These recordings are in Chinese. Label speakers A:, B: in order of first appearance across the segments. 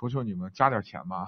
A: 求求你们加点钱 吧，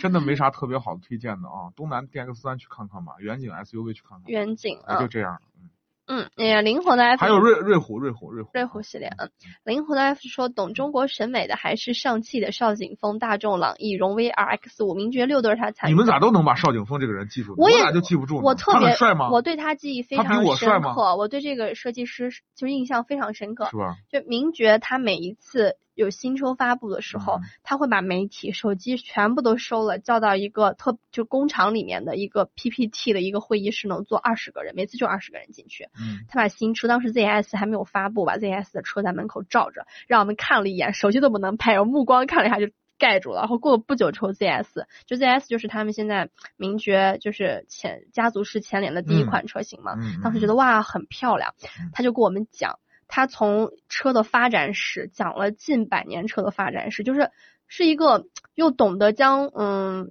A: 真的没啥特别好的推荐的啊。东南 DX 三去看看吧，远景 SUV 去看看，
B: 远景
A: 也
B: 啊
A: 就，这样。嗯，
B: 嗯，那个灵活的 F
A: 还有瑞瑞虎，瑞虎，瑞虎，
B: 瑞虎系列，嗯，灵活的 F 说懂中国审美的还是上汽的邵景峰、大众朗逸、荣威 RX 五、名爵六都是他参与。
A: 你们咋？都能把邵景峰这个人记住呢？
B: 我也
A: 咋就记不住呢？
B: 我特
A: 他
B: 别
A: 很帅吗？
B: 我对他记忆非
A: 他比
B: 常
A: 我帅
B: 深
A: 吗
B: 刻，我对这个设计师是就印象非常深刻。
A: 是吧？
B: 就名爵，他每一次有新车发布的时候，
A: 嗯
B: 他会把媒体、手机全部都收了，叫到一个特就工厂里面的一个 PPT 的一个会议室，能坐二十个人，每次就二十个人进去。
A: 嗯，
B: 他把新车，当时 ZS 还没有发布，把 ZS 的车在门口照着，让我们看了一眼，手机都不能拍，我目光看了一下就盖住了。然后过了不久之后，ZS 就 ZS 就是他们现在名爵就是前家族式前脸的第一
A: 嗯
B: 款车型嘛，
A: 嗯
B: 当时觉得哇很漂亮
A: 嗯，
B: 他就给我们讲他从车的发展史讲了近百年车的发展史，就是是一个又懂得将嗯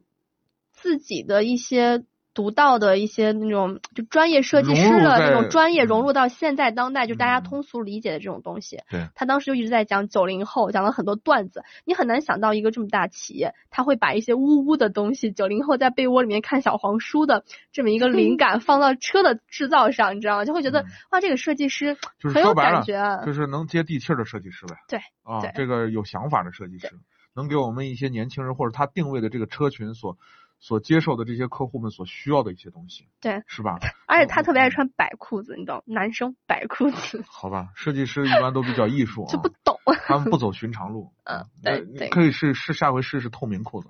B: 自己的一些独到的一些那种就专业设计
A: 融
B: 师
A: 入
B: 的
A: 在
B: 那种专业
A: 嗯
B: 融入到现在当代就大家
A: 嗯
B: 通俗理解的这种东西。
A: 对
B: 他当时就一直在讲九零后，讲了很多段子，你很难想到一个这么大企业，他会把一些呜呜的东西，九零后在被窝里面看小黄书的这么一个灵感放到车的制造上，你知道吗？就会觉得、
A: 嗯
B: 哇，这个设计师
A: 就是
B: 很有
A: 说白
B: 感
A: 了
B: 觉，
A: 嗯就是能接地气儿的设计师呗。
B: 对，
A: 啊
B: 对，
A: 这个有想法的设计师，能给我们一些年轻人或者他定位的这个车群所所接受的这些客户们所需要的一些东西。
B: 对，
A: 是吧？
B: 而且他特别爱穿白裤子，你懂，男生白裤子
A: 好吧，设计师一般都比较艺术啊
B: 就，不懂。
A: 他们不走寻常路。
B: 嗯
A: 啊
B: 对
A: 那
B: 对
A: 可以试试下回试试透明裤 子。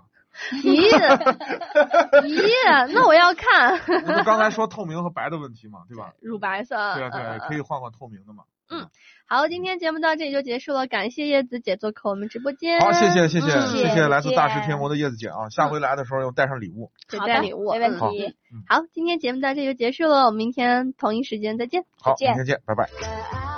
B: 咦咦，那我要看
A: 那不刚才说透明和白的问题嘛，对吧？
B: 乳白色。
A: 对啊对啊，
B: 嗯
A: 也可以换换透明的嘛。
B: 好，今天节目到这里就结束了，感谢叶子姐做客我们直播间。
A: 好，谢谢谢谢
B: 嗯
C: 谢
A: 谢
C: 谢
A: 来自大师天魔的叶子姐啊，下回来的时候要带上礼物。
B: 对
C: 好
B: 带
C: 的
B: 礼物，
C: 没问
A: 好
B: 嗯
C: 题。
B: 好，今天节目到这里就结束了，我们明天同一时间再见。
A: 好，
C: 再见
A: 明天见，拜拜。
C: The